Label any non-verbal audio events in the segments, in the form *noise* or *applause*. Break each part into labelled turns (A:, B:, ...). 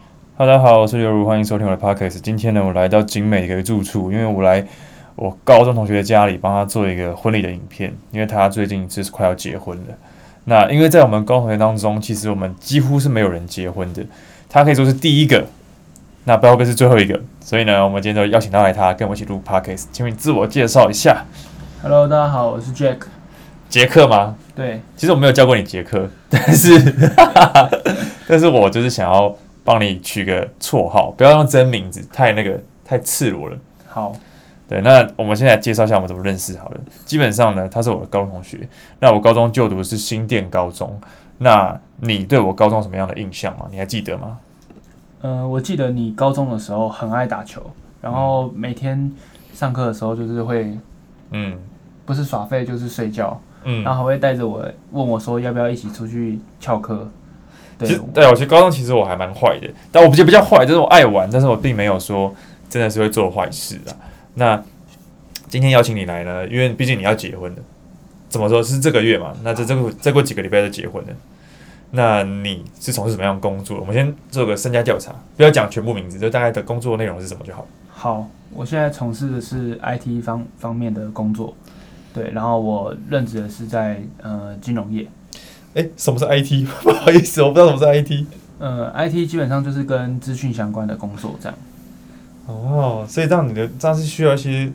A: 哈喽，大家好，我是刘如，欢迎收听我的 podcast。今天呢，我来到景美的一个住处，因为我来我高中同学的家里帮他做一个婚礼的影片，因为他最近就是快要结婚了。那因为在我们高中同学当中，其实我们几乎是没有人结婚的，他可以说是第一个，那不知道会不会是最后一个。所以呢，我们今天就邀请到来他跟我一起录 podcast，请你自我介绍一下，
B: Hello，大家好，我是 Jack。
A: 杰克吗？
B: 对，
A: 其实我没有教过你杰克， *laughs* 但是，但是我就是想要帮你取个绰号，不要用真名字，太那个太赤裸了。
B: 好，
A: 对，那我们现在介绍一下我们怎么认识好了。基本上呢，他是我的高中同学。那我高中就读的是新店高中。那你对我高中有什么样的印象吗？你还记得吗？
B: 呃，我记得你高中的时候很爱打球，然后每天上课的时候就是会
A: 嗯
B: 不是耍废就是睡觉，
A: 嗯
B: 然后还会带着我问我说要不要一起出去翘课。
A: 其
B: 对
A: 实，对我其实高中其实我还蛮坏的，但我不是比较坏，就是我爱玩，但是我并没有说真的是会做坏事啊。那今天邀请你来呢，因为毕竟你要结婚了，怎么说是这个月嘛？那这这个再过几个礼拜就结婚了。那你是从事什么样的工作？我们先做个身家调查，不要讲全部名字，就大概的工作内容是什么就好。
B: 好，我现在从事的是 IT 方方面的工作，对，然后我任职的是在呃金融业，
A: 哎，什么是 IT？不 *laughs* 好意思，我不知道什么是 IT。
B: 呃 IT 基本上就是跟资讯相关的工作这样。
A: 哦，所以让你的这样是需要一些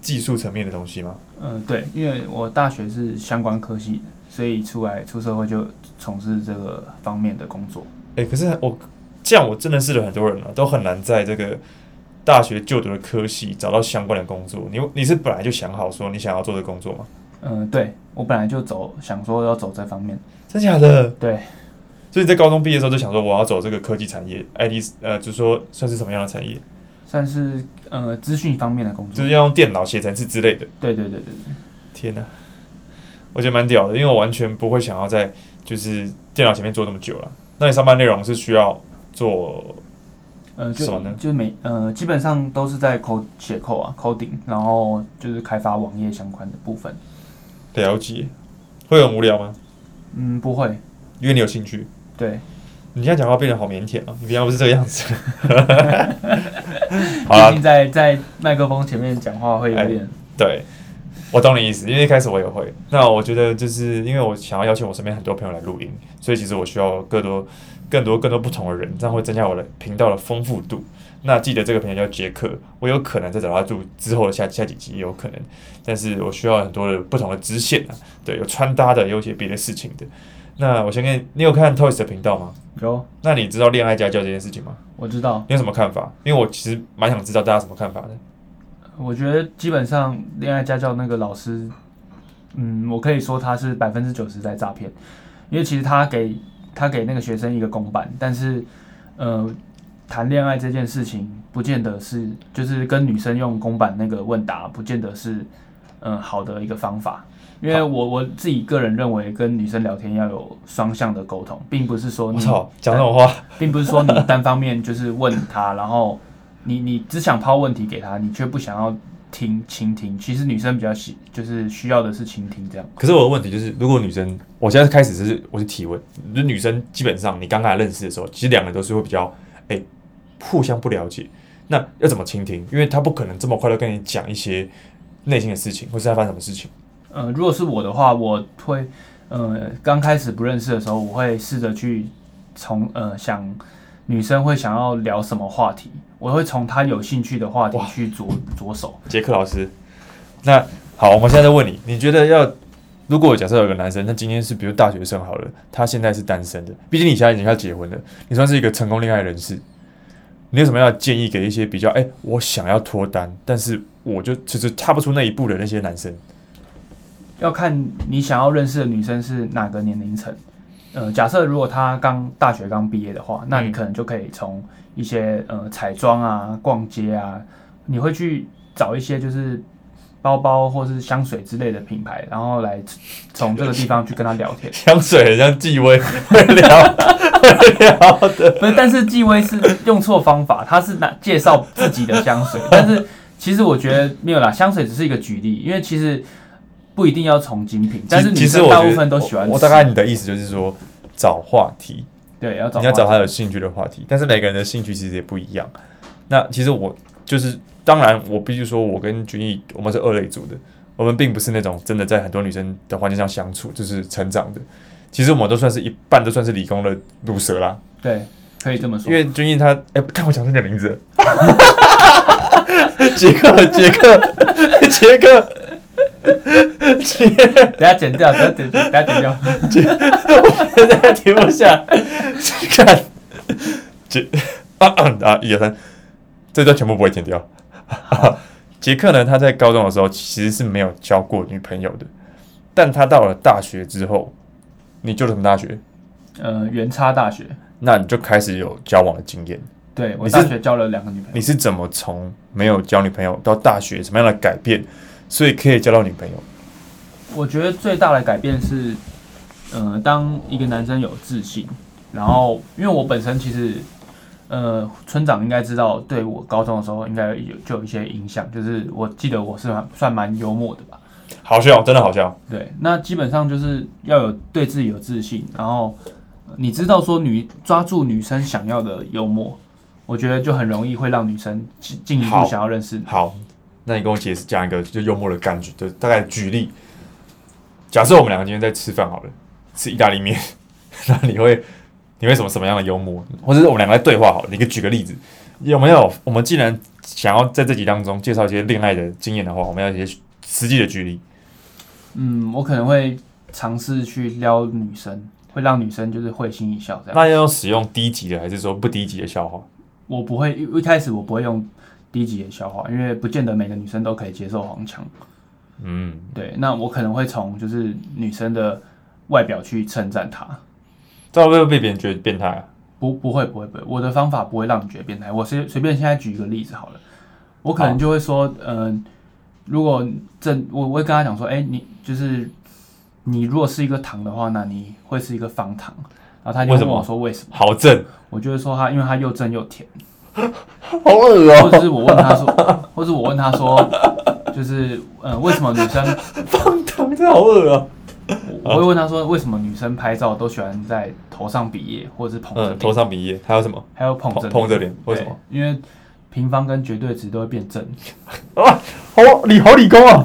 A: 技术层面的东西吗？
B: 嗯、对，因为我大学是相关科系的，所以出来出社会就从事这个方面的工作。
A: 哎、可是我这样我真的是很多人啊，都很难在这个大学就读的科系找到相关的工作。你你是本来就想好说你想要做这个工作吗？
B: 嗯、对我本来就走想说要走这方面，
A: 真假的？
B: 对，
A: 所以你在高中毕业的时候就想说我要走这个科技产业，IT 呃，就是说算是什么样的产业？
B: 算是呃资讯方面的工
A: 就
B: 作
A: 是。要用电脑写程式之类的。
B: 对对对对对，
A: 天哪、我觉得蛮屌的，因为我完全不会想要在就是电脑前面坐那么久了。那你上班内容是需要做
B: 呃
A: 什么呢
B: 就就每呃基本上都是在 code 写 code 啊 coding，然后就是开发网页相关的部分。
A: 了解，会很无聊吗？
B: 嗯，不会，
A: 因为你有兴趣。
B: 对，
A: 你现在讲话变得好腼腆哦，你平常不是这个样子。好
B: 毕
A: 啦，哎
B: 竟在在麦克风前面讲话会有点，
A: 对，我懂你意思，因为一开始我也会。那我觉得就是因为我想要邀请我身边很多朋友来录音，所以其实我需要更多、更多、更多不同的人，这样会增加我的频道的丰富度。那记得这个朋友叫杰克，我有可能再找他录之后的下下几集也有可能，但是我需要很多的不同的支线啊，对，有穿搭的，有一些别的事情的。那我先跟你，你有看 Toys 的频道吗？
B: 有
A: 那你知道恋爱家教这件事情吗？
B: 我知道。
A: 你有什么看法？因为我其实蛮想知道大家什么看法的。
B: 我觉得基本上恋爱家教那个老师，嗯，我可以说他是百分之九十在诈骗，因为其实他给他给那个学生一个公版，但是呃，谈恋爱这件事情不见得是就是跟女生用公版那个问答，不见得是嗯、呃好的一个方法。因为我我自己个人认为，跟女生聊天要有双向的沟通，并不是说
A: 我
B: 你
A: 操，讲这种话，
B: 并不是说你单方面就是问他，然后你你只想抛问题给他，你却不想要听倾听。其实女生比较喜就是需要的是倾听，这样
A: 可是我的问题就是，如果女生，我现在开始是我是提问，就是女生基本上你刚开始认识的时候，其实两个人都是会比较哎、互相不了解，那要怎么倾听？因为她不可能这么快的跟你讲一些内心的事情，或是她发生什么事情。
B: 呃，如果是我的话，我会呃刚开始不认识的时候，我会试着去从呃想女生会想要聊什么话题，我会从她有兴趣的话题
A: 哇
B: 去着着手。
A: 杰克老师，那好，我们现在再问你，你觉得要如果假设有个男生，那今天是比如大学生好了，他现在是单身的，毕竟你现在已经要结婚了，你算是一个成功恋爱人士，你有什么样的建议给一些比较哎、我想要脱单，但是我就其实踏不出那一步的那些男生？
B: 要看你想要认识的女生是哪个年龄层。呃，假设如果她刚大学刚毕业的话，那
A: 嗯。
B: 你可能就可以从一些呃彩妆啊、逛街啊，你会去找一些就是包包或是香水之类的品牌，然后来从这个地方去跟她聊天
A: *laughs* 香水很像纪薇， *laughs* 会聊会聊的，
B: 不是，但是纪薇是用错方法，她是拿介绍自己的
A: *laughs*
B: 香水，但是其实我觉得没有啦，香水只是一个举例，因为其实不一定要从精品，但是女
A: 其实
B: 生
A: 我
B: 大
A: 觉
B: 部
A: 得
B: 分都喜欢
A: 我。我
B: 吃
A: 大概你的意思就是说找话题，
B: 对，要找
A: 你要找
B: 话
A: 他
B: 题
A: 有兴趣的话题，但是每个人的兴趣其实也不一样。那其实我就是，当然我必须说，我跟君毅我们是二类组的，我们并不是那种真的在很多女生的环境上相处就是成长的。其实我们都算是一半都算是理工的乳蛇啦，
B: 对，可以这么说
A: 因。为君毅他，哎、看我讲出你的名字， *laughs* 杰克，杰克，杰克，杰，
B: 等下剪掉，等下剪，等下剪掉。
A: 我现在停不下，看， *laughs* 杰， *coughs* 啊啊啊，一二三，这段全部不会剪掉。 *laughs* 杰克呢，他在高中的时候其实是没有交过女朋友的，但他到了大学之后，你就读什么大学，
B: *laughs* 呃，原差大学，
A: 那你就开始有交往的经验。
B: 对我
A: 你
B: 大
A: 是
B: 学交了两个女朋
A: 你
B: 友。
A: 是怎么从没有交女朋友到大学什么样的改变，所以可以交到女朋友？
B: 我觉得最大的改变是，呃，当一个男生有自信，然后因为我本身其实，呃，村长应该知道，对我高中的时候应该有就有一些影响，就是我记得我是蛮算蛮幽默的吧。
A: 好笑，真的好笑。
B: 对，那基本上就是要有对自己有自信，然后呃你知道说女抓住女生想要的幽默，我觉得就很容易会让女生进进一步
A: 好
B: 想要认识你。
A: 好，那你跟我解释讲一个就幽默的感觉，就大概举例。假设我们两个今天在吃饭好了，吃意大利面， *laughs* 那你会你会什么什么样的幽默，或者是我们两个在对话好了，你给举个例子，有没有？我们既然想要在这集当中介绍一些恋爱的经验的话，我们要一些实际的举例。
B: 嗯，我可能会尝试去撩女生，会让女生就是会心一笑这样。
A: 那要使用低级的，还是说不低级的笑话？
B: 我不会一一开始我不会用低级的笑话，因为不见得每个女生都可以接受黄腔。
A: 嗯，
B: 对，那我可能会从就是女生的外表去称赞她。
A: 这会不会被别人觉得变态啊？
B: 不，不会，不会，不会。我的方法不会让你觉得变态。我随随便现在举一个例子好了，我可能就会说，嗯、如果正我我会跟他讲说，哎、你就是你如果是一个糖的话，那你会是一个方糖。然后他就
A: 为
B: 会
A: 什
B: 问
A: 么
B: 我说为什么？
A: 好正，
B: 我就会说他因为他又正又甜，
A: *laughs* 好恶哦 *laughs*
B: 或者是我问他说， *laughs* 或者我问他说，就是呃为什么女
A: *laughs*
B: 生，
A: 棒糖真的好恶哦、
B: 我我会问他说为什么女生拍照都喜欢在头上比耶，或者是捧
A: 嗯，
B: 着脸，
A: 头上鼻液，还有什么？
B: 还有捧着
A: 捧捧着脸，为什
B: 对
A: 么？？
B: 因为平方跟绝对值都会变正。
A: 啊，好理好理工啊， *laughs*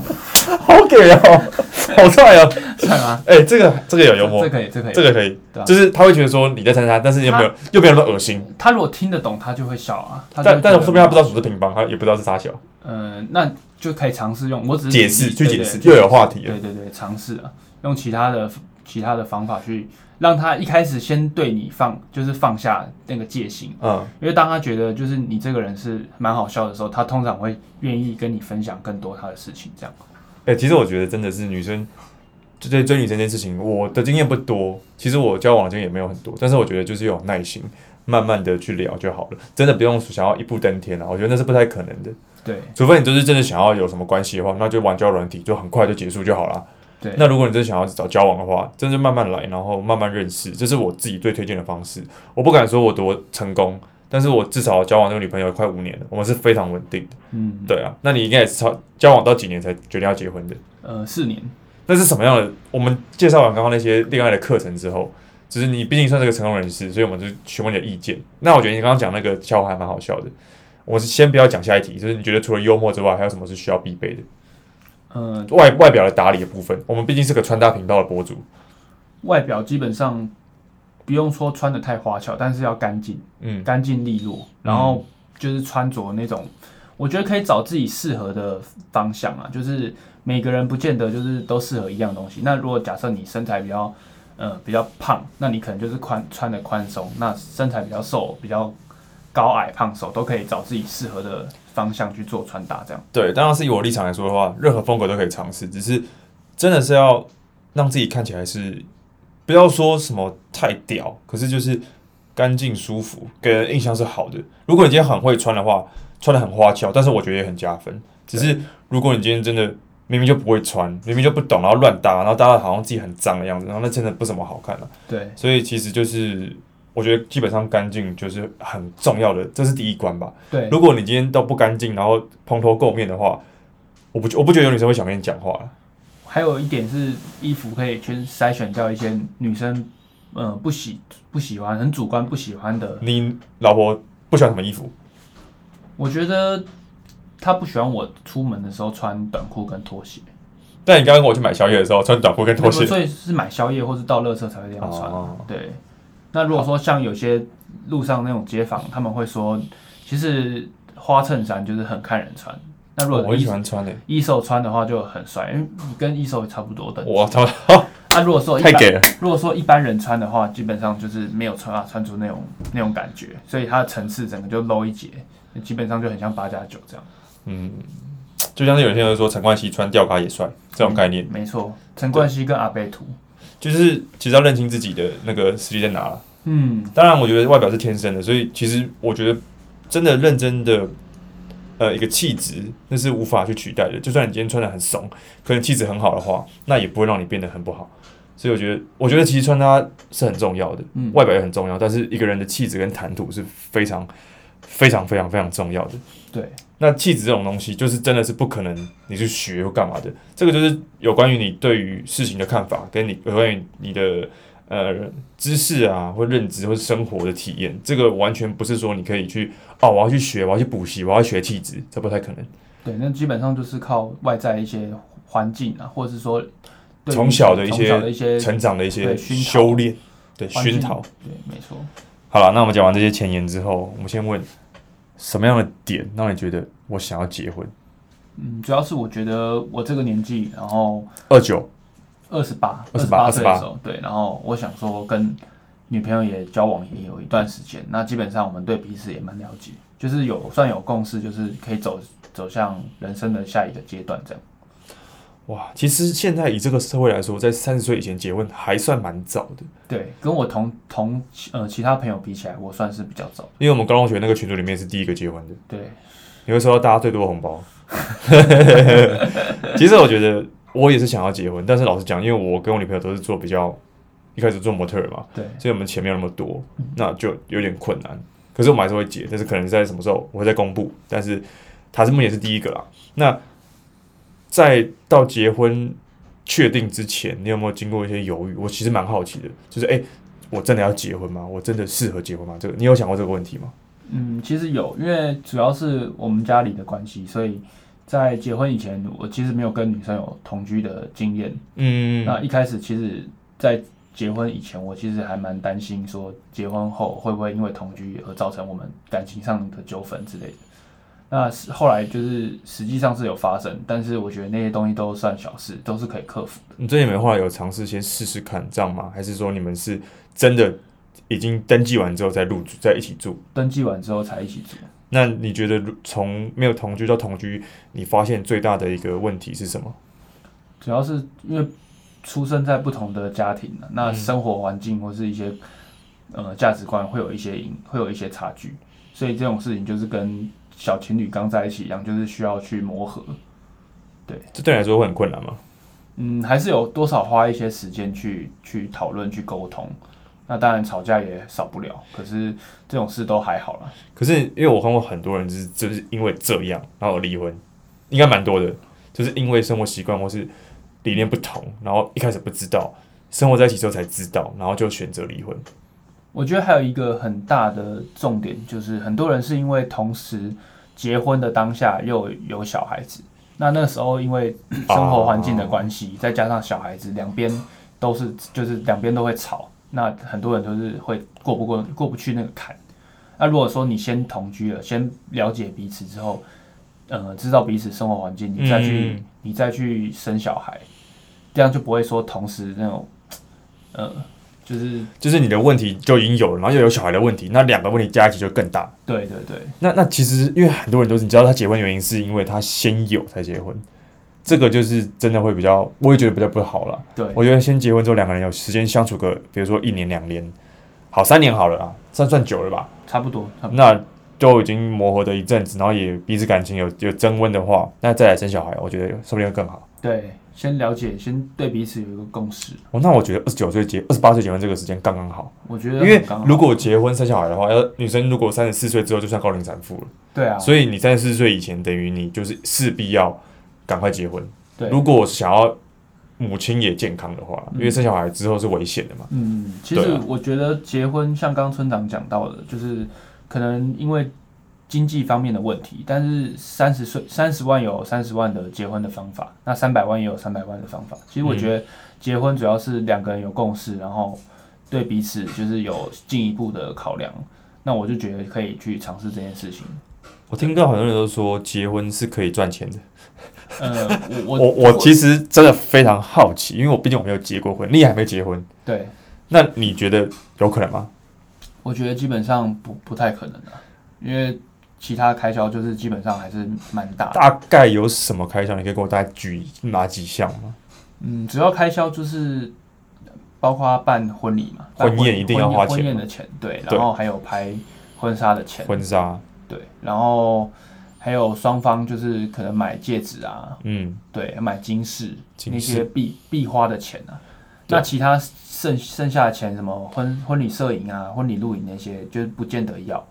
A: 好给哦、好帅哦、
B: 算吗？
A: 哎、这个这个有幽默
B: 这，可以，这可以。
A: 这个可以
B: 对啊，
A: 就是他会觉得说你在参加，但是又没有又没有那么恶心，
B: 他如果听得懂，他就会笑啊。他就
A: 但
B: 会
A: 但
B: 觉
A: 是
B: 得
A: 说明他不知道什么是平方，他也不知道是啥小，
B: 呃，那就可以尝试用，我只是
A: 解释
B: 举
A: 去
B: 例
A: 解释，又有话题
B: 嗯对
A: 了
B: 对。对对对，尝试啊，用其他的其他的方法去让他一开始先对你放，就是放下那个戒心，
A: 嗯，
B: 因为当他觉得就是你这个人是蛮好笑的时候，他通常会愿意跟你分享更多他的事情，这样。
A: 哎、其实我觉得真的是女生，就对追女生这件事情，我的经验不多，其实我交往的经验也没有很多，但是我觉得就是有耐心，慢慢的去聊就好了，真的不用想要一步登天了、啊我觉得那是不太可能的，
B: 对
A: 除非你就是真的想要有什么关系的话，那就玩交友软体，就很快就结束就好了。
B: 对，
A: 那如果你真的想要找交往的话，真的慢慢来，然后慢慢认识，这是我自己最推荐的方式。我不敢说我多成功，但是我至少交往这个女朋友快五年了，我们是非常稳定的。
B: 嗯，
A: 对啊，那你应该也是超交往到几年才决定要结婚的？
B: 呃，四年，
A: 那是什么样的？我们介绍完刚刚那些恋爱的课程之后，只是你毕竟算是个成功人士，所以我们就询问你的意见。那我觉得你刚刚讲那个笑话还蛮好笑的。我是先不要讲下一题，就是你觉得除了幽默之外，还有什么是需要必备的？
B: 呃，
A: 外外表的打理的部分，我们毕竟是个穿搭频道的博主，
B: 外表基本上不用说穿的太花俏，但是要干净。
A: 嗯，
B: 干净利落，然后就是穿着那种，我觉得可以找自己适合的方向啊。就是每个人不见得就是都适合一样东西。那如果假设你身材比较呃比较胖，那你可能就是宽穿的宽松；那身材比较瘦、比较高矮、胖瘦都可以找自己适合的方向去做穿搭。这样
A: 对，当然是以我立场来说的话，任何风格都可以尝试，只是真的是要让自己看起来是不要说什么太屌，可是就是干净舒服，给人印象是好的。如果你今天很会穿的话，穿的很花俏，但是我觉得也很加分。只是如果你今天真的明明就不会穿，明明就不懂，然后乱搭，然后搭的好像自己很脏的样子，然后那真的不怎么好看了、
B: 对，
A: 所以其实就是我觉得基本上干净就是很重要的，这是第一关吧。
B: 对，
A: 如果你今天都不干净，然后蓬头垢面的话，我不觉我不觉得有女生会想跟你讲话。
B: 还有一点是衣服可以去筛选掉一些女生呃不喜不喜欢，很主观不喜欢的，
A: 你老婆不喜欢什么衣服？
B: 我觉得他不喜欢我出门的时候穿短裤跟拖鞋，
A: 但你刚刚跟我去买宵夜的时候穿短裤跟拖鞋，
B: 所以是买宵夜或是到乐色才会这样穿。
A: 哦
B: 对，那如果说像有些路上那种街坊，他们会说，其实花衬衫就是很看人穿。那如
A: 哦我
B: 果
A: 很
B: 一
A: 喜欢穿欸的，
B: 一手穿的话就很帅，因为你跟一手差不多的。
A: 我
B: *laughs*
A: 操，
B: 那、如果呃说一
A: 哦太
B: 般
A: 给了。
B: 如果说一般人穿的话，基本上就是没有穿啊，穿出那种那种感觉，所以它的层次整个就 low 一截，基本上就很像八加九这样。
A: 嗯，就像是有些人说陈冠希穿吊嘎也帅这种概念，
B: 没错，陈冠希跟阿贝图，
A: 就是其实要认清自己的那个实力在哪了。
B: 嗯，
A: 当然，我觉得外表是天生的，所以其实我觉得真的认真的，呃，一个气质那是无法去取代的。就算你今天穿的很怂，可能气质很好的话，那也不会让你变得很不好。所以我觉得，我觉得其实穿搭是很重要的，
B: 嗯
A: 外表也很重要，但是一个人的气质跟谈吐是非常、非常、非常、非常重要的。
B: 对，
A: 那气质这种东西，就是真的是不可能你去学或干嘛的。这个就是有关于你对于事情的看法，跟你有关于你的呃知识啊，或认知，或是生活的体验。这个完全不是说你可以去哦，我要去学，我要去补习，我要学气质，这不太可能。
B: 对，那基本上就是靠外在一些环境啊，或者是说对于
A: 从小的一
B: 从
A: 些
B: 小的一些
A: 成长的一些
B: 呃对熏陶
A: 修炼，对
B: 环境
A: 熏陶。，
B: 对，没错。
A: 好了，那我们讲完这些前言之后，我们先问什么样的点让你觉得我想要结婚？
B: 嗯，主要是我觉得我这个年纪，然后
A: 二九，
B: 二十八，
A: 28
B: 八岁的时候，对，然后我想说跟女朋友也交往也有一段时间，那基本上我们对彼此也蛮了解，就是有算有共识，就是可以走走向人生的下一个阶段这样。
A: 哇，其实现在以这个社会来说，在三十岁以前结婚还算蛮早的，
B: 对，跟我同同呃其他朋友比起来，我算是比较早。
A: 因为我们高中学那个群组里面是第一个结婚的，
B: 对，
A: 你会收到大家最多的红包。 *laughs* 其实我觉得我也是想要结婚，但是老实讲，因为我跟我女朋友都是做比较一开始做模特儿嘛，
B: 对，
A: 所以我们钱没有那么多，那就有点困难。可是我们还是会结，但是可能在什么时候我会再公布。但是她是目前是第一个啦。那在到结婚确定之前，你有没有经过一些犹豫？我其实蛮好奇的，就是诶，我真的要结婚吗？我真的适合结婚吗？这个你有想过这个问题吗？
B: 嗯，其实有，因为主要是我们家里的关系，所以在结婚以前，我其实没有跟女生有同居的经验。
A: 嗯，
B: 那一开始其实，在结婚以前，我其实还蛮担心说，结婚后会不会因为同居而造成我们感情上的纠纷之类的。那是后来就是实际上是有发生，但是我觉得那些东西都算小事，都是可以克服的。
A: 你最近没后来有尝试先试试看这样吗？还是说你们是真的已经登记完之后再入住，在一起住？
B: 登记完之后才一起住。
A: 那你觉得如从没有同居到同居，你发现最大的一个问题是什么？
B: 主要是因为出生在不同的家庭、啊、那
A: 嗯
B: 生活环境或是一些呃价值观会有一些影，会有一些差距，所以这种事情就是跟小情侣刚在一起一样，就是需要去磨合。
A: 这对你来说会很困难吗？
B: 嗯，还是有多少花一些时间去去讨论、去沟通。那当然吵架也少不了，可是这种事都还好啦。
A: 可是因为我看过很多人就是就是因为这样然后离婚，应该蛮多的，就是因为生活习惯或是理念不同，然后一开始不知道，生活在一起之后才知道，然后就选择离婚。
B: 我觉得还有一个很大的重点，就是很多人是因为同时结婚的当下又有小孩子，那那时候因为生活环境的关系，再加上小孩子，两边都是就是两边都会吵，那很多人就是会过不过过不去那个坎。那如果说你先同居了，先了解彼此之后，呃，知道彼此生活环境，你再去、
A: 嗯
B: 你再去生小孩，这样就不会说同时那种，呃，就是
A: 就是你的问题就已经有了，然后又有小孩的问题，那两个问题加一起就更大。
B: 对对对。
A: 那那其实因为很多人都是，你知道他结婚的原因是因为他先有才结婚，这个就是真的会比较，我也觉得比较不好了。
B: 对，
A: 我觉得先结婚之后，两个人有时间相处个，比如说一年、两年，好三年好了啦，算算久了吧。
B: 差不多，差不多。
A: 那都已经磨合的一阵子，然后也彼此感情有有增温的话，那再来生小孩，我觉得说不定会更好。
B: 对，先了解，先对彼此有一个共识。
A: 哦，那我觉得二十九岁结、二十八岁结婚这个时间刚刚好，
B: 我觉得
A: 因为
B: 很刚好
A: 如果结婚生小孩的话，要女生如果三十四岁之后就算高龄产妇了。
B: 对啊，
A: 所以你三十四岁以前，等于你就是势必要赶快结婚。
B: 对
A: 如果想要母亲也健康的话，因为生小孩之后是危险的嘛。
B: 嗯，其
A: 对
B: 实
A: 啊
B: 我觉得结婚像刚刚村长讲到的，就是可能因为经济方面的问题，但是三十岁三十万有三十万的结婚的方法，那三百万也有三百万的方法。其实我觉得结婚主要是两个人有共识，然后对彼此就是有进一步的考量，那我就觉得可以去尝试这件事情。
A: 我听到很多人都说结婚是可以赚钱的，
B: 呃，
A: 我
B: 我我
A: 我其实真的非常好奇，因为我毕竟我没有结过婚，你也还没结婚，
B: 对，
A: 那你觉得有可能吗？
B: 我觉得基本上不不太可能的、因为其他开销就是基本上还是蛮大的。
A: 大概有什么开销？你可以给我大概举哪几项吗？
B: 嗯，主要开销就是包括办婚礼嘛，办
A: 婚宴一定要
B: 婚
A: 花
B: 婚
A: 钱
B: 宴
A: 嘛
B: 的钱对，
A: 对
B: 然后还有拍婚纱的钱
A: 婚纱，
B: 对，然后还有双方就是可能买戒指啊，
A: 嗯，
B: 对，买金饰
A: 金
B: 那
A: 饰
B: 些必必花的钱啊。
A: 对
B: 那其他剩剩下的钱，什么婚婚礼摄影啊、婚礼录影那些，就是不见得要。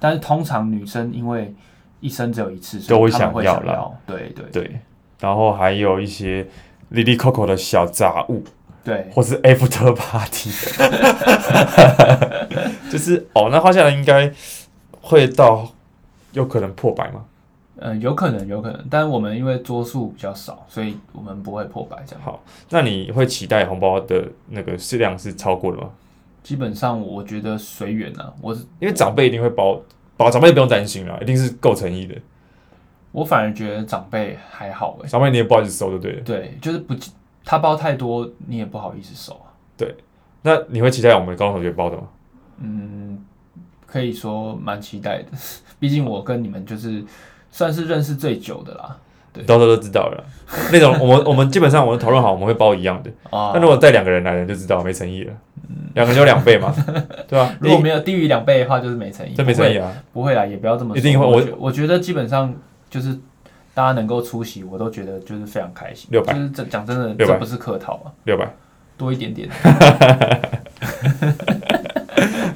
B: 但是通常女生因为一生只有一次，所
A: 都会
B: 以她们
A: 想
B: 会
A: 要
B: 想
A: 啦
B: 要。对对
A: 对，然后还有一些 Lily Coco 的小杂物，
B: 对，
A: 或是 after
B: *laughs*
A: party，就是哦，那花下来应该会到有可能破百吗？
B: 嗯，有可能，有可能，但我们因为桌数比较少，所以我们不会破百这样。
A: 好，那你会期待红包的那个质量是超过的吗？
B: 基本上我觉得随缘啊，我是
A: 因为长辈一定会包包，长辈不用担心啦，一定是够诚意的，
B: 我反而觉得长辈还好哎、
A: 长辈你也不好意思收，对不对？
B: 对，就是不他包太多，你也不好意思收啊。
A: 那你会期待我们高中同学包的吗？
B: 嗯，可以说蛮期待的， *laughs* 毕竟我跟你们就是算是认识最久的啦。对
A: 到时候就知道了。那种我们我们基本上我们讨论好，我们会包一样的。
B: 啊，
A: 那如果带两个人来的，就知道没诚意了。两个人就两倍
B: *laughs*
A: 嘛，对吧、
B: 如果没有低于两倍的话，就是没诚意。
A: 真没诚意啊，
B: 不会啦，也不要这么说。
A: 一定会
B: 我
A: 我
B: 觉我觉得基本上就是大家能够出席，我都觉得就是非常开心。
A: 600
B: 就是这讲真的，
A: 600
B: 这不是客套啊，
A: 六百。
B: 多一点点。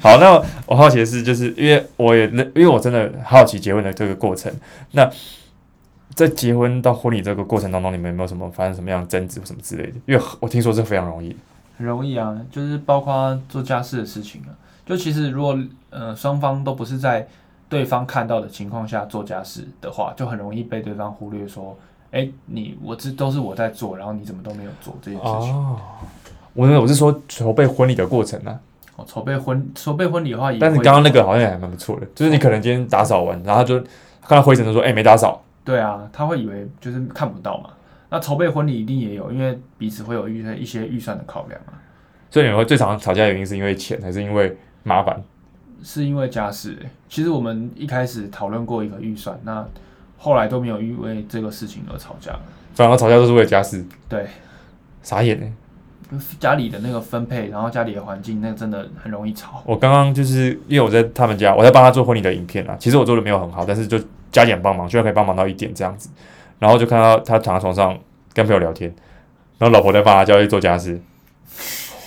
A: 好，那我好奇的是，就是因为我也因为我真的好奇结婚的这个过程。那在结婚到婚礼这个过程当中，你们有没有什么发生什么样的争执或什么之类的？因为我听说这非常容易。
B: 很容易啊，就是包括做家事的事情啊。就其实如果呃双方都不是在对方看到的情况下做家事的话，就很容易被对方忽略说，哎、你我这都是我在做，然后你怎么都没有做这件事情。
A: 哦，我我是说筹备婚礼的过程啊。
B: 哦，筹备婚筹备婚礼的话也会，
A: 但是你刚刚那个好像也还蛮不错的，就是你可能今天打扫完，然后他就看到灰尘就说：“哎、没打扫。
B: 对啊，他会以为就是看不到嘛。那筹备婚礼一定也有，因为彼此会有预一些预算的考量啊，”
A: 所以你们会最常吵架的原因是因为钱，还是因为麻烦？
B: 是因为家事欸、其实我们一开始讨论过一个预算，那后来都没有因为这个事情而吵架。
A: 反而吵架都是为了家事，
B: 对，
A: 傻眼欸呢、
B: 嗯家里的那个分配，然后家里的环境，那真的很容易吵。
A: *laughs* 我刚刚就是因为我在他们家，我在帮他做婚礼的影片啊。其实我做的没有很好，但是就加点帮忙，居然可以帮忙到一点这样子。然后就看到他躺在床上跟朋友聊天，然后老婆在帮他教育做家
B: *laughs*
A: 事，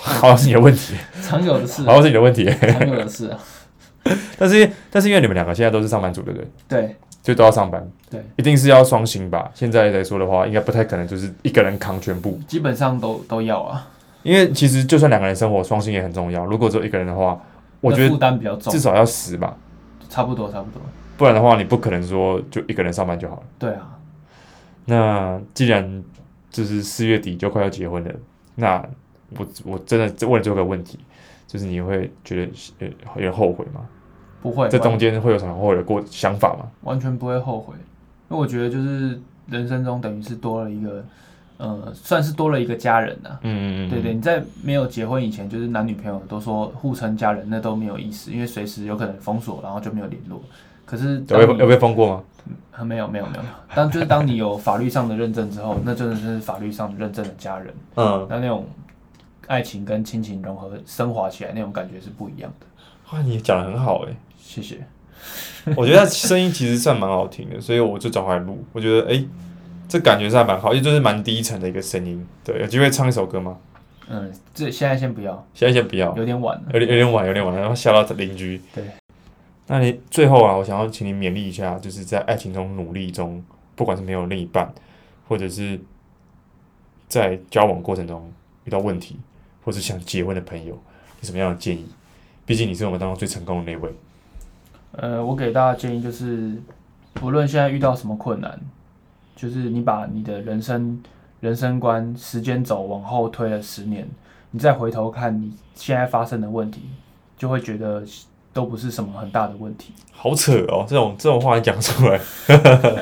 A: 好像是你的问题，
B: 常有的事
A: 好，像是你的问
B: *laughs*
A: 题。
B: 常有的事啊。
A: 但是但是因为你们两个现在都是上班族，对不对？
B: 对
A: 就都要上班，
B: 对，
A: 一定是要双薪吧？现在来说的话，应该不太可能就是一个人扛全部，
B: 基本上都都要啊。
A: 因为其实就算两个人生活，双薪也很重要。如果只有一个人的话，我
B: 那
A: 觉
B: 负
A: 得
B: 担比较重
A: 至，少要十吧，
B: 差不多差不多。
A: 不然的话你不可能说就一个人上班就好了。
B: 对啊，
A: 那既然就是四月底就快要结婚了，那我我真的问了这个问题，就是你会觉得呃有点后悔吗？
B: 不会，
A: 这
B: 完
A: 中间会有什么后悔的过想法吗？
B: 完全不会后悔，因为我觉得就是人生中等于是多了一个，呃，算是多了一个家人啊。
A: 嗯嗯嗯，
B: 对对，你在没有结婚以前，就是男女朋友都说互称家人，那都没有意思，因为随时有可能封锁，然后就没有联络。可是当
A: 有被
B: 你
A: 有被封过吗？
B: 啊，没有没有没有，当就是当你有法律上的认证之后，那真的是法律上认证的家人，
A: 嗯，
B: 那那种爱情跟亲情融合升华起来那种感觉是不一样的。
A: 哇，你讲的很好哎、
B: 谢谢，
A: 我觉得他声音其实算蛮好听的，所以我就找回来录。我觉得哎、诶这感觉是还蛮好，因为就是蛮低沉的一个声音。对，有机会唱一首歌吗？
B: 嗯，这现在先不要，
A: 现在先不要，
B: 有点晚了。
A: 有点有点晚，有点晚，然后吓到邻居。
B: 对，
A: 那你最后啊，我想要请你勉励一下，就是在爱情中努力中，不管是没有另一半，或者是在交往过程中遇到问题，或是想结婚的朋友，有什么样的建议？毕竟你是我们当中最成功的那位。
B: 呃，我给大家建议就是，不论现在遇到什么困难，就是你把你的人生人生观时间轴往后推了十年，你再回头看你现在发生的问题，就会觉得都不是什么很大的问题。
A: 好扯哦，这种这种话你讲出来， *laughs*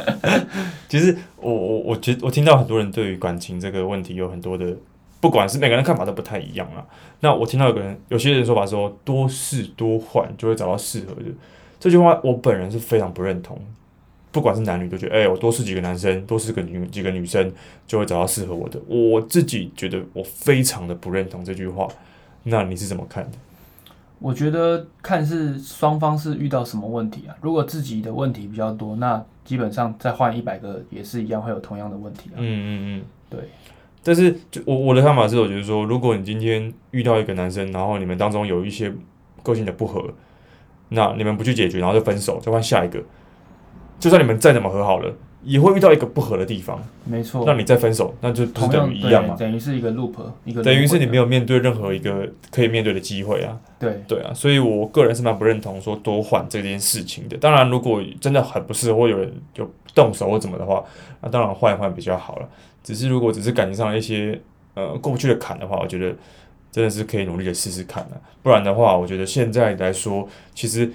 A: 其实我我我觉我听到很多人对于感情这个问题有很多的，不管是每个人看法都不太一样啊。那我听到有个人有些人说法说多试多换就会找到适合的，这句话我本人是非常不认同。不管是男女都觉得，哎、我多试几个男生，多试个女几个女生就会找到适合我的。我自己觉得我非常的不认同这句话。那你是怎么看的？
B: 我觉得看是双方是遇到什么问题啊。如果自己的问题比较多，那基本上再换一百个也是一样会有同样的问题啊。
A: 嗯嗯嗯，
B: 对。
A: 但是就我我的看法是，我觉得说，如果你今天遇到一个男生，然后你们当中有一些个性的不合，那你们不去解决，然后就分手，再换下一个，就算你们再怎么和好了，也会遇到一个不合的地方，
B: 没错，
A: 那你再分手，那就不是
B: 同
A: 等于一样
B: 对，
A: 嘛？
B: 等于是一个 loop，一个
A: 等于是你没
B: 有
A: 有面对任何一个可以面对的机会啊。
B: 对
A: 对啊，所以我个人是蛮不认同说多换这件事情的。当然，如果真的很不适合，或有人有动手或怎么的话，那当然换一换比较好了。只是如果只是感情上的一些呃过不去的坎的话，我觉得真的是可以努力的试试看的、不然的话，我觉得现在来说，其实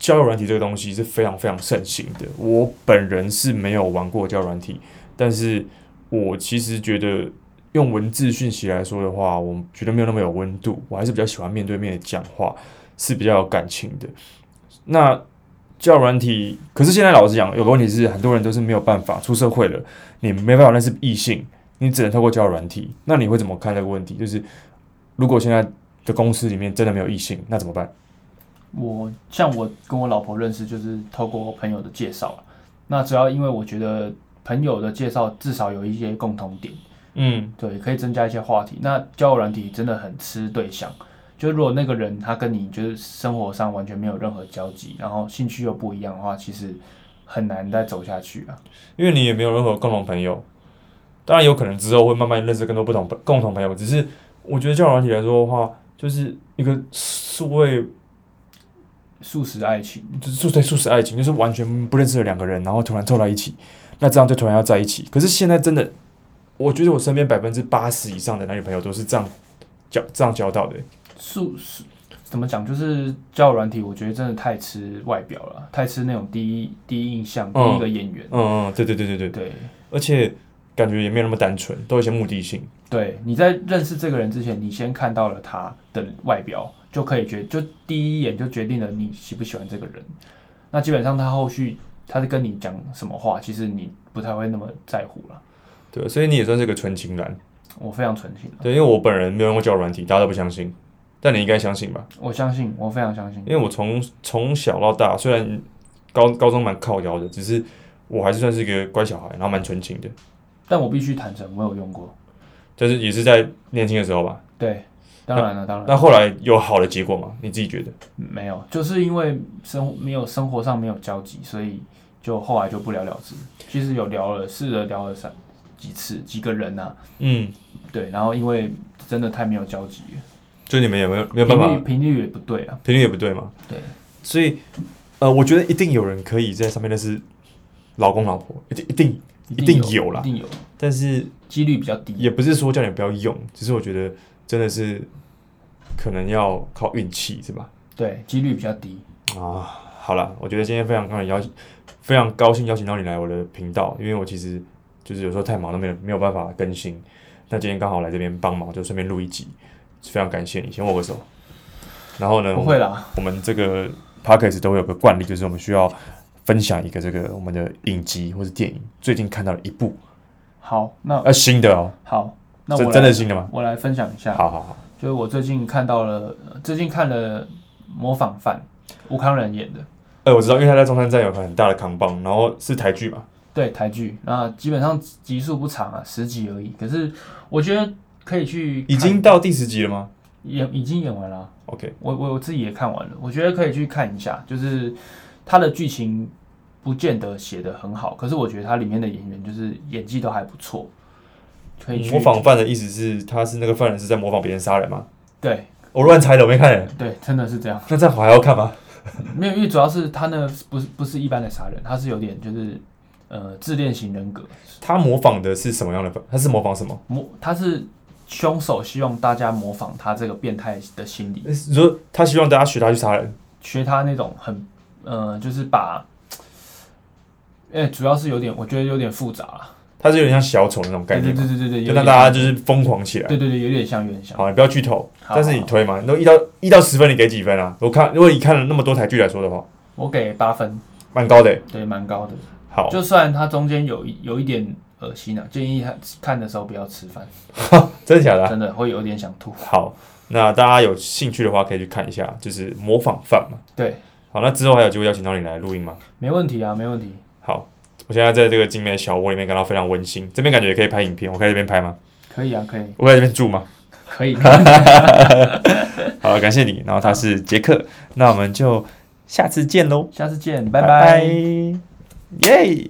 A: 交友软体这个东西是非常非常盛行的。我本人是没有玩过交友软体，但是我其实觉得用文字讯息来说的话，我觉得没有那么有温度，我还是比较喜欢面对面的讲话，是比较有感情的。那教软体，可是现在老实讲，有个问题是，很多人都是没有办法出社会了，你没办法认识异性，你只能透过教软体。那你会怎么看这个问题？就是如果现在的公司里面真的没有异性，那怎么办？
B: 我像我跟我老婆认识，就是透过朋友的介绍啊那只要因为我觉得朋友的介绍至少有一些共同点，
A: 嗯
B: 对，可以增加一些话题。那交友软体真的很吃对象，就如果那个人他跟你就是生活上完全没有任何交集，然后兴趣又不一样的话，其实很难再走下去啊。
A: 因为你也没有任何共同朋友。当然有可能之后会慢慢认识更多不同共同朋友，只是我觉得教软体来说的话，就是一个素未
B: 素食爱情，
A: 就是素对素食爱情，就是完全不认识的两个人，然后突然凑到一起，那这样就突然要在一起。可是现在真的，我觉得我身边百分之八十以上的男女朋友都是这样交这样交到的。
B: 素素怎么讲？就是交友软体，我觉得真的太吃外表了，太吃那种第一第一印象、第
A: 嗯
B: 一个眼缘。
A: 嗯嗯，对对对对对，
B: 对
A: 而且感觉也没有那么单纯，都有一些目的性。
B: 对，你在认识这个人之前，你先看到了他的外表，就可以决就第一眼就决定了你喜不喜欢这个人。那基本上他后续他是跟你讲什么话，其实你不太会那么在乎了。
A: 对，所以你也算是个纯情男。
B: 我非常纯情啊，
A: 对，因为我本人没有用过交友软体，大家都不相信，但你应该相信吧？
B: 我相信，我非常相信
A: 因。为我从从小到大，虽然高高中蛮靠腰的，只是我还是算是一个乖小孩，然后蛮纯情的，
B: 但我必须坦诚，我有用过。
A: 但是也是在年轻的时候吧。
B: 对，当然了，当然了
A: 那后来有好的结果吗？你自己觉得？
B: 没有，就是因为生没有生活上没有交集，所以就后来就不了了之。其实有聊了，试着聊了三几次，几个人呐、
A: 嗯，
B: 对，然后因为真的太没有交集了。
A: 就你们也没有没有办
B: 频
A: 法，
B: 率频率也不对啊。
A: 频率也不对嘛。
B: 对，
A: 所以，呃，我觉得一定有人可以在上面认识老公老婆，一定一定一定有啦
B: 一定有，
A: 但是
B: 几率比较低。
A: 也不是说叫你不要用，只是我觉得真的是可能要靠运气，是吧？
B: 对，几率比较低。
A: 啊，好了，我觉得今天非常高兴邀请，非常高兴邀请到你来我的频道，因为我其实就是有时候太忙都没有没有办法更新，那今天刚好来这边帮忙，就顺便录一集，非常感谢你，先握个手。然后呢，
B: 不会啦，
A: 我们这个 p a c k a g e 都会有个惯例，就是我们需要分享一个这个我们的影集或是电影最近看到的一部，
B: 好，那
A: 呃，新的哦，
B: 好，那
A: 这
B: 我
A: 真的
B: 来
A: 是新的吗？
B: 我来分享一下，
A: 好好好，
B: 就是我最近看到了，呃最近看了《模仿犯》，吴康仁演的，
A: 哎、我知道，因为他在中山站有很大的扛棒，然后是台剧嘛，
B: 对台剧，那基本上集数不长啊，十集而已。可是我觉得可以去看，
A: 已经到第十集了吗
B: 演已经演完了啊。
A: ？OK，
B: 我我我自己也看完了，我觉得可以去看一下，就是它的剧情不见得写得很好，可是我觉得它里面的演员就是演技都还不错，可以去
A: 模仿犯的意思是他是那个犯人是在模仿别人杀人吗？
B: 对
A: 我乱猜的，我没看。欸
B: 对，真的是这样。
A: 那这样我还要看吗？
B: 没有，因为主要是他呢，不是不是一般的杀人，他是有点就是呃自恋型人格，
A: 他模仿的是什么样的犯？他是模仿什么？
B: 模他是凶手希望大家模仿他这个变态的心理，
A: 呃你说他希望大家学他去杀人，
B: 学他那种很呃就是把，哎、主要是有点我觉得有点复杂啦，
A: 他是有点像小丑那种概
B: 对对
A: 念吗，
B: 对对对对，
A: 就
B: 有
A: 让
B: 点
A: 大家就是疯狂起来。
B: 对对对有点像有点像，
A: 好，你不要剧透，
B: 好
A: 但是你推嘛，那一到一到十分，你给几分啊？我看，如果你看了那么多台剧来说的话，
B: 我给八分，
A: 蛮高的欸。
B: 对，蛮高的。
A: 好，
B: 就虽然它中间有一有一点恶心啊，建议他看的时候不要吃饭，
A: 真的假的啊、
B: 真的会有点想吐。
A: 好，那大家有兴趣的话可以去看一下，就是模仿犯嘛。
B: 对，
A: 好，那之后还有机会邀请到你来录音吗？
B: 没问题啊，没问题，
A: 好，我现在在这个精美的小窝里面感到非常温馨，这边感觉也可以拍影片，我可以在这边拍吗？
B: 可以啊，可
A: *laughs*
B: 以，
A: 我可以在这边住吗？
B: 可以。
A: 好，感谢你。然后他是杰克，那我们就下次见喽，
B: 下次见，拜
A: 拜
B: 拜
A: 拜，耶。